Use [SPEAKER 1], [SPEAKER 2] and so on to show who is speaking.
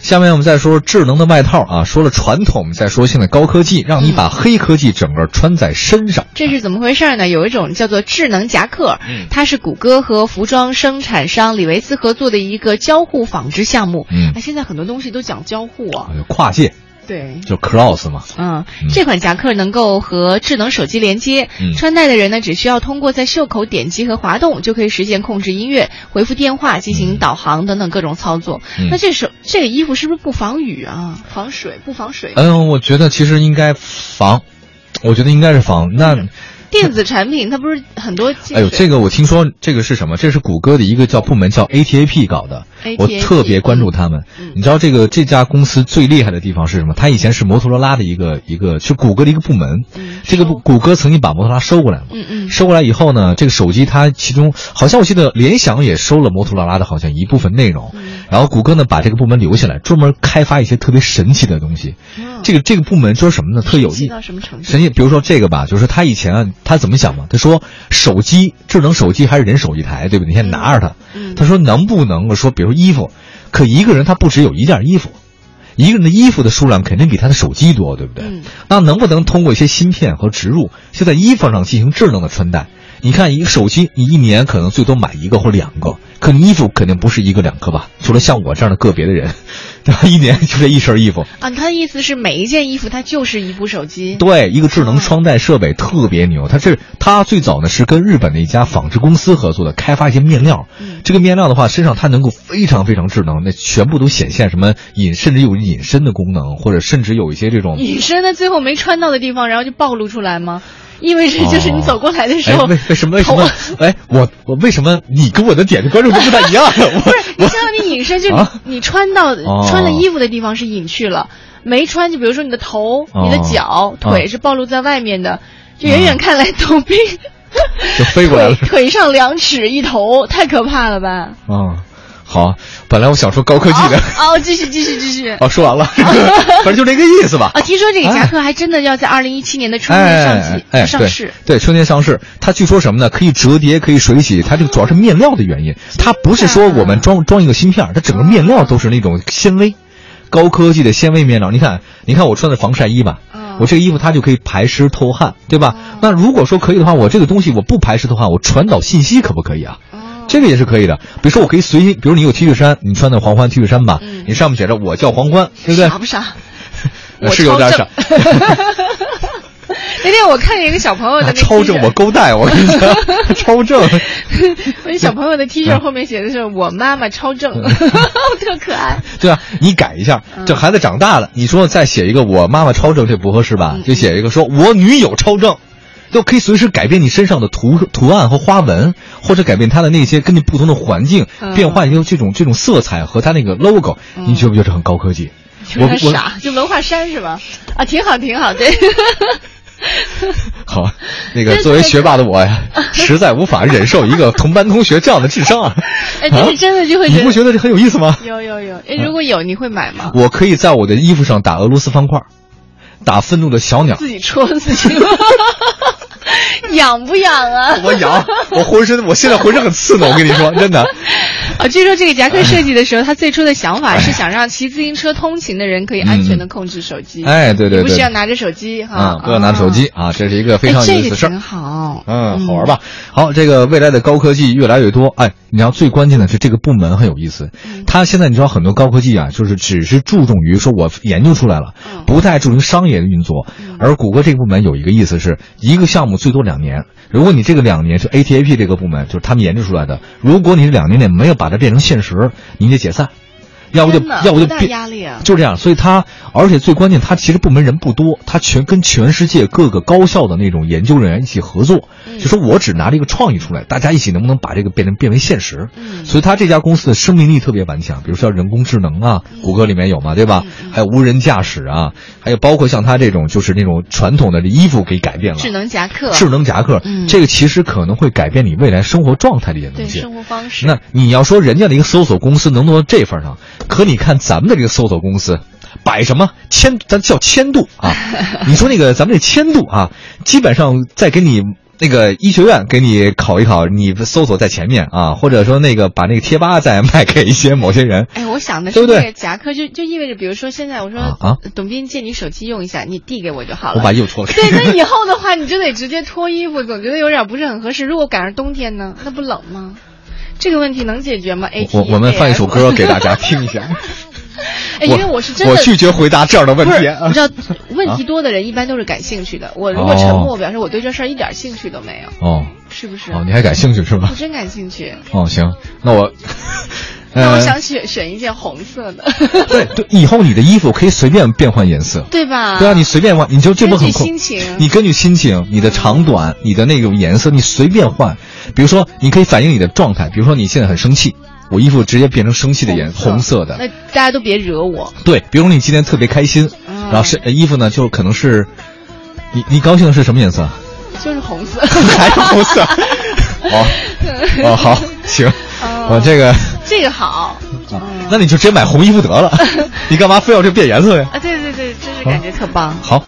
[SPEAKER 1] 下面我们再说智能的外套啊，说了传统，我们再说现在高科技，让你把黑科技整个穿在身上。
[SPEAKER 2] 这是怎么回事呢？有一种叫做智能夹克，
[SPEAKER 1] 嗯
[SPEAKER 2] 它是谷歌和服装生产商李维斯合作的一个交互纺织项目。
[SPEAKER 1] 嗯
[SPEAKER 2] 哎，现在很多东西都讲交互啊
[SPEAKER 1] 啊，，就跨界
[SPEAKER 2] 对。
[SPEAKER 1] 就 cross 嘛，
[SPEAKER 2] 嗯
[SPEAKER 1] 嗯，
[SPEAKER 2] 这款夹克能够和智能手机连接，
[SPEAKER 1] 嗯
[SPEAKER 2] 穿戴的人呢只需要通过在袖口点击和滑动，就可以实现控制音乐、回复电话、进行导航等等各种操作。
[SPEAKER 1] 嗯
[SPEAKER 2] 那这手这个衣服是不是不防雨啊？呃防水不防水？
[SPEAKER 1] 嗯，我觉得其实应该防，我觉得应该是防。那，
[SPEAKER 2] 电子产品它不是很多进水？
[SPEAKER 1] 哎呦，这个我听说这个是什么？这是谷歌的一个叫部门叫 ATAP 搞的，我
[SPEAKER 2] ATAP
[SPEAKER 1] 特别关注他们。
[SPEAKER 2] 嗯
[SPEAKER 1] 你知道这个这家公司最厉害的地方是什么？它以前是摩托罗拉的一个一个，是谷歌的一个部门。
[SPEAKER 2] 嗯
[SPEAKER 1] 这个
[SPEAKER 2] 收
[SPEAKER 1] 部谷歌曾经把摩托罗拉收过来嘛？
[SPEAKER 2] 嗯嗯
[SPEAKER 1] 收过来以后呢，这个手机它其中好像我记得联想也收了摩托罗拉的好像一部分内容，
[SPEAKER 2] 嗯
[SPEAKER 1] 然后谷歌呢把这个部门留下来，专门开发一些特别神奇的东西。
[SPEAKER 2] 嗯
[SPEAKER 1] 这个这个部门就是什么呢？特有
[SPEAKER 2] 神奇
[SPEAKER 1] 意
[SPEAKER 2] 到什么程度
[SPEAKER 1] 神奇，比如说这个吧，就是他以前啊，他怎么想嘛？他说手机智能手机还是人手一台，对不对？你先拿着它。
[SPEAKER 2] 嗯
[SPEAKER 1] 他说能不能说，比如说衣服，可一个人他不只有一件衣服，一个人的衣服的数量肯定比他的手机多，对不对？
[SPEAKER 2] 嗯
[SPEAKER 1] 那能不能通过一些芯片和植入，就在衣服上进行智能的穿戴？你看一个手机，你一年可能最多买一个或两个，可你衣服肯定不是一个两个吧？除了像我这样的个别的人，然后一年就这一身衣服，
[SPEAKER 2] 啊，他的意思是每一件衣服它就是一部手机。
[SPEAKER 1] 对，一个智能
[SPEAKER 2] 哦
[SPEAKER 1] 穿戴设备特别牛。它这它最早呢是跟日本的一家纺织公司合作的，开发一些面料。
[SPEAKER 2] 嗯
[SPEAKER 1] 这个面料的话，身上它能够非常非常智能，那全部都显现什么隐，甚至有隐身的功能，或者甚至有一些这种。
[SPEAKER 2] 隐身的最后没穿到的地方，然后就暴露出来吗？因为这就是你走过来的时候，
[SPEAKER 1] 哦哎、为为什么为什么
[SPEAKER 2] 头？啊
[SPEAKER 1] 哎，我我为什么你跟我的点的关注都不太 一样？
[SPEAKER 2] 不
[SPEAKER 1] 我
[SPEAKER 2] 是，你知道你隐身就是
[SPEAKER 1] 啊
[SPEAKER 2] 你穿到、
[SPEAKER 1] 哦
[SPEAKER 2] 穿了衣服的地方是隐去了，没穿就比如说你的头、
[SPEAKER 1] 哦
[SPEAKER 2] 你的脚、腿
[SPEAKER 1] 啊
[SPEAKER 2] 是暴露在外面的，就远远看来头比、
[SPEAKER 1] 就飞过来了
[SPEAKER 2] 腿腿上两尺一头，太可怕了吧？
[SPEAKER 1] 啊，好，本来我想说高科技的，
[SPEAKER 2] 哦，继续继续继续。
[SPEAKER 1] 哦，说完 了，反正就这个意思吧。
[SPEAKER 2] 啊，听说这个夹克还真的要在二零一七年的春天上季、
[SPEAKER 1] 哎哎哎、
[SPEAKER 2] 上市。
[SPEAKER 1] 对。对，春天上市，它据说什么呢？可以折叠，可以水洗，它这个主要是面料的原因。它不是说
[SPEAKER 2] 啊
[SPEAKER 1] 我们装装一个芯片儿，它整个面料都是那种纤维。高科技的纤维面料，你看，你看我穿的防晒衣吧，
[SPEAKER 2] 嗯
[SPEAKER 1] 我这个衣服它就可以排湿透汗，对吧？那如果说可以的话，我这个东西我不排湿透汗，我传导信息可不可以啊？
[SPEAKER 2] 哦
[SPEAKER 1] 这个也是可以的。比如说，我可以随心，比如你有 T 恤衫，你穿的黄欢 T 恤衫吧，
[SPEAKER 2] 嗯
[SPEAKER 1] 你上面写着我叫黄欢，对不对
[SPEAKER 2] 傻？不傻？
[SPEAKER 1] 呃
[SPEAKER 2] 我
[SPEAKER 1] 是有点
[SPEAKER 2] 超
[SPEAKER 1] 傻
[SPEAKER 2] 正。 那天我看见一个小朋友
[SPEAKER 1] 啊
[SPEAKER 2] 的那
[SPEAKER 1] 超正，我
[SPEAKER 2] 我
[SPEAKER 1] 勾带，我跟你讲，超正。
[SPEAKER 2] 那小朋友
[SPEAKER 1] 嗯
[SPEAKER 2] 的 T 恤后面写的是“我妈妈超正”， 特可爱。
[SPEAKER 1] 对啊，你改一下，
[SPEAKER 2] 嗯
[SPEAKER 1] 这孩子长大了，你说再写一个我妈妈超正，这不合适吧？
[SPEAKER 2] 嗯
[SPEAKER 1] 就写一个说我女友超正，就可以随时改变你身上的图图案和花纹，或者改变它的那些根据不同的环境
[SPEAKER 2] 嗯
[SPEAKER 1] 变换一些这种这种色彩和它那个 logo，
[SPEAKER 2] 嗯
[SPEAKER 1] 你觉不觉得这很高科技？
[SPEAKER 2] 有
[SPEAKER 1] 我
[SPEAKER 2] 点
[SPEAKER 1] 我
[SPEAKER 2] 傻，就文化衫是吧？啊，挺好，挺好，对。
[SPEAKER 1] 好，那个作为学霸的我呀，实在无法忍受一个同班同学这样的智商啊！
[SPEAKER 2] 哎，但是真的就会
[SPEAKER 1] 你
[SPEAKER 2] 觉
[SPEAKER 1] 不
[SPEAKER 2] 得
[SPEAKER 1] 觉得这很有意思吗？
[SPEAKER 2] 有有有。哎，如果有，你会买吗？
[SPEAKER 1] 我可以在我的衣服上打俄罗斯方块，打愤怒的小鸟。
[SPEAKER 2] 自己戳自己吗？ 痒不痒啊？
[SPEAKER 1] 我痒，我浑身，我现在浑身很刺挠。我跟你说，真的，
[SPEAKER 2] 啊，据说这个夹克设计的 时候，他最初的想法是想让骑自行车通勤的人可以安全的控制手机，
[SPEAKER 1] 嗯哎，对对
[SPEAKER 2] 你不
[SPEAKER 1] 对
[SPEAKER 2] 需，要拿着手机哈，
[SPEAKER 1] 啊，不要拿手机啊，这是一个非常有意思的事
[SPEAKER 2] 哎这
[SPEAKER 1] 儿。
[SPEAKER 2] 个挺好，
[SPEAKER 1] 嗯，好玩吧？好，这个未来的高科技越来越多。哎，你要最关键的是这个部门很有意思，
[SPEAKER 2] 嗯
[SPEAKER 1] 它现在你知道很多高科技啊，就是只是注重于说我研究出来了，
[SPEAKER 2] 嗯
[SPEAKER 1] 不太注重于商业的运作。而谷歌这个部门有一个意思是，一个项目最多两年。如果你这个两年是 ATAP 这个部门，就是他们研制出来的，如果你这两年内没有把它变成现实，你得解散，要不就
[SPEAKER 2] 真的
[SPEAKER 1] 要不就
[SPEAKER 2] 多大
[SPEAKER 1] 变
[SPEAKER 2] 压力啊
[SPEAKER 1] 就这样，所以他，而且最关键，他其实部门人不多，他全跟全世界各个高校的那种研究人员一起合作，
[SPEAKER 2] 嗯
[SPEAKER 1] 就说我只拿了一个创意出来，大家一起能不能把这个变成变为现实？
[SPEAKER 2] 嗯
[SPEAKER 1] 所以他这家公司的生命力特别顽强，比如说像人工智能啊，
[SPEAKER 2] 嗯
[SPEAKER 1] 谷歌里面有嘛，对吧？还有无人驾驶啊，还有包括像他这种就是那种传统的衣服给改变了，
[SPEAKER 2] 嗯智能夹克，
[SPEAKER 1] 智能夹克，
[SPEAKER 2] 嗯
[SPEAKER 1] 这个其实可能会改变你未来生活状态的一些东
[SPEAKER 2] 对
[SPEAKER 1] 西。
[SPEAKER 2] 生活方式，
[SPEAKER 1] 那你要说人家的一个搜索公司能做到这份儿上，可你看咱们的这个搜索公司，摆什么 千，咱叫千度啊。你说那个咱们这千度啊，基本上在给你那个医学院给你考一考，你搜索在前面啊，或者说那个把那个贴吧再卖给一些某些人。
[SPEAKER 2] 哎，我想的
[SPEAKER 1] 对不
[SPEAKER 2] 是
[SPEAKER 1] 对
[SPEAKER 2] 那个夹克就就意味着，比如说现在我说
[SPEAKER 1] 啊啊
[SPEAKER 2] 董斌借你手机用一下，你递给我就好
[SPEAKER 1] 我
[SPEAKER 2] 了。
[SPEAKER 1] 把衣服脱 了。
[SPEAKER 2] 对，那以后的话，你就得直接脱衣服，总觉得有点不是很合适。如果赶上冬天呢，那不冷吗？这个问题能解决吗？哎，
[SPEAKER 1] 我我们放一首歌给大家听一下。
[SPEAKER 2] 哎，因为我是真的
[SPEAKER 1] 我拒绝回答这样的问
[SPEAKER 2] 不是
[SPEAKER 1] 题啊。，
[SPEAKER 2] 你知道，问题多的人一般都是感兴趣的。我如果沉默，表示我对这事儿一点兴趣都没有，
[SPEAKER 1] 哦
[SPEAKER 2] 是不是？
[SPEAKER 1] 哦，你还感兴趣是 吧
[SPEAKER 2] 我？真感兴趣。
[SPEAKER 1] 哦，行，那我，
[SPEAKER 2] 那我
[SPEAKER 1] 呃，
[SPEAKER 2] 想选选一件红色的，
[SPEAKER 1] 对对，以后你的衣服可以随便变换颜色。
[SPEAKER 2] 对吧？
[SPEAKER 1] 对啊，你随便换，你就这不很
[SPEAKER 2] 根据
[SPEAKER 1] 酷
[SPEAKER 2] 心情嗯
[SPEAKER 1] 你根据心情、你的长短、你的那种颜色，你随便换。比如说，你可以反映你的状态。比如说，你现在很生气，我衣服直接变成生气的颜，红色的。
[SPEAKER 2] 那大家都别惹我。
[SPEAKER 1] 对，比如你今天特别开心，
[SPEAKER 2] 嗯
[SPEAKER 1] 然后是呃衣服呢，就可能是，你你高兴的是什么颜色？
[SPEAKER 2] 就是红色，
[SPEAKER 1] 还是红色？ 哦哦，好，行，
[SPEAKER 2] 哦嗯
[SPEAKER 1] 我这个，啊
[SPEAKER 2] 这个好
[SPEAKER 1] 那你就直接买红衣服得了，你干嘛非要这变颜色呀？哦
[SPEAKER 2] 啊！对对对，真是感觉特棒。
[SPEAKER 1] 好。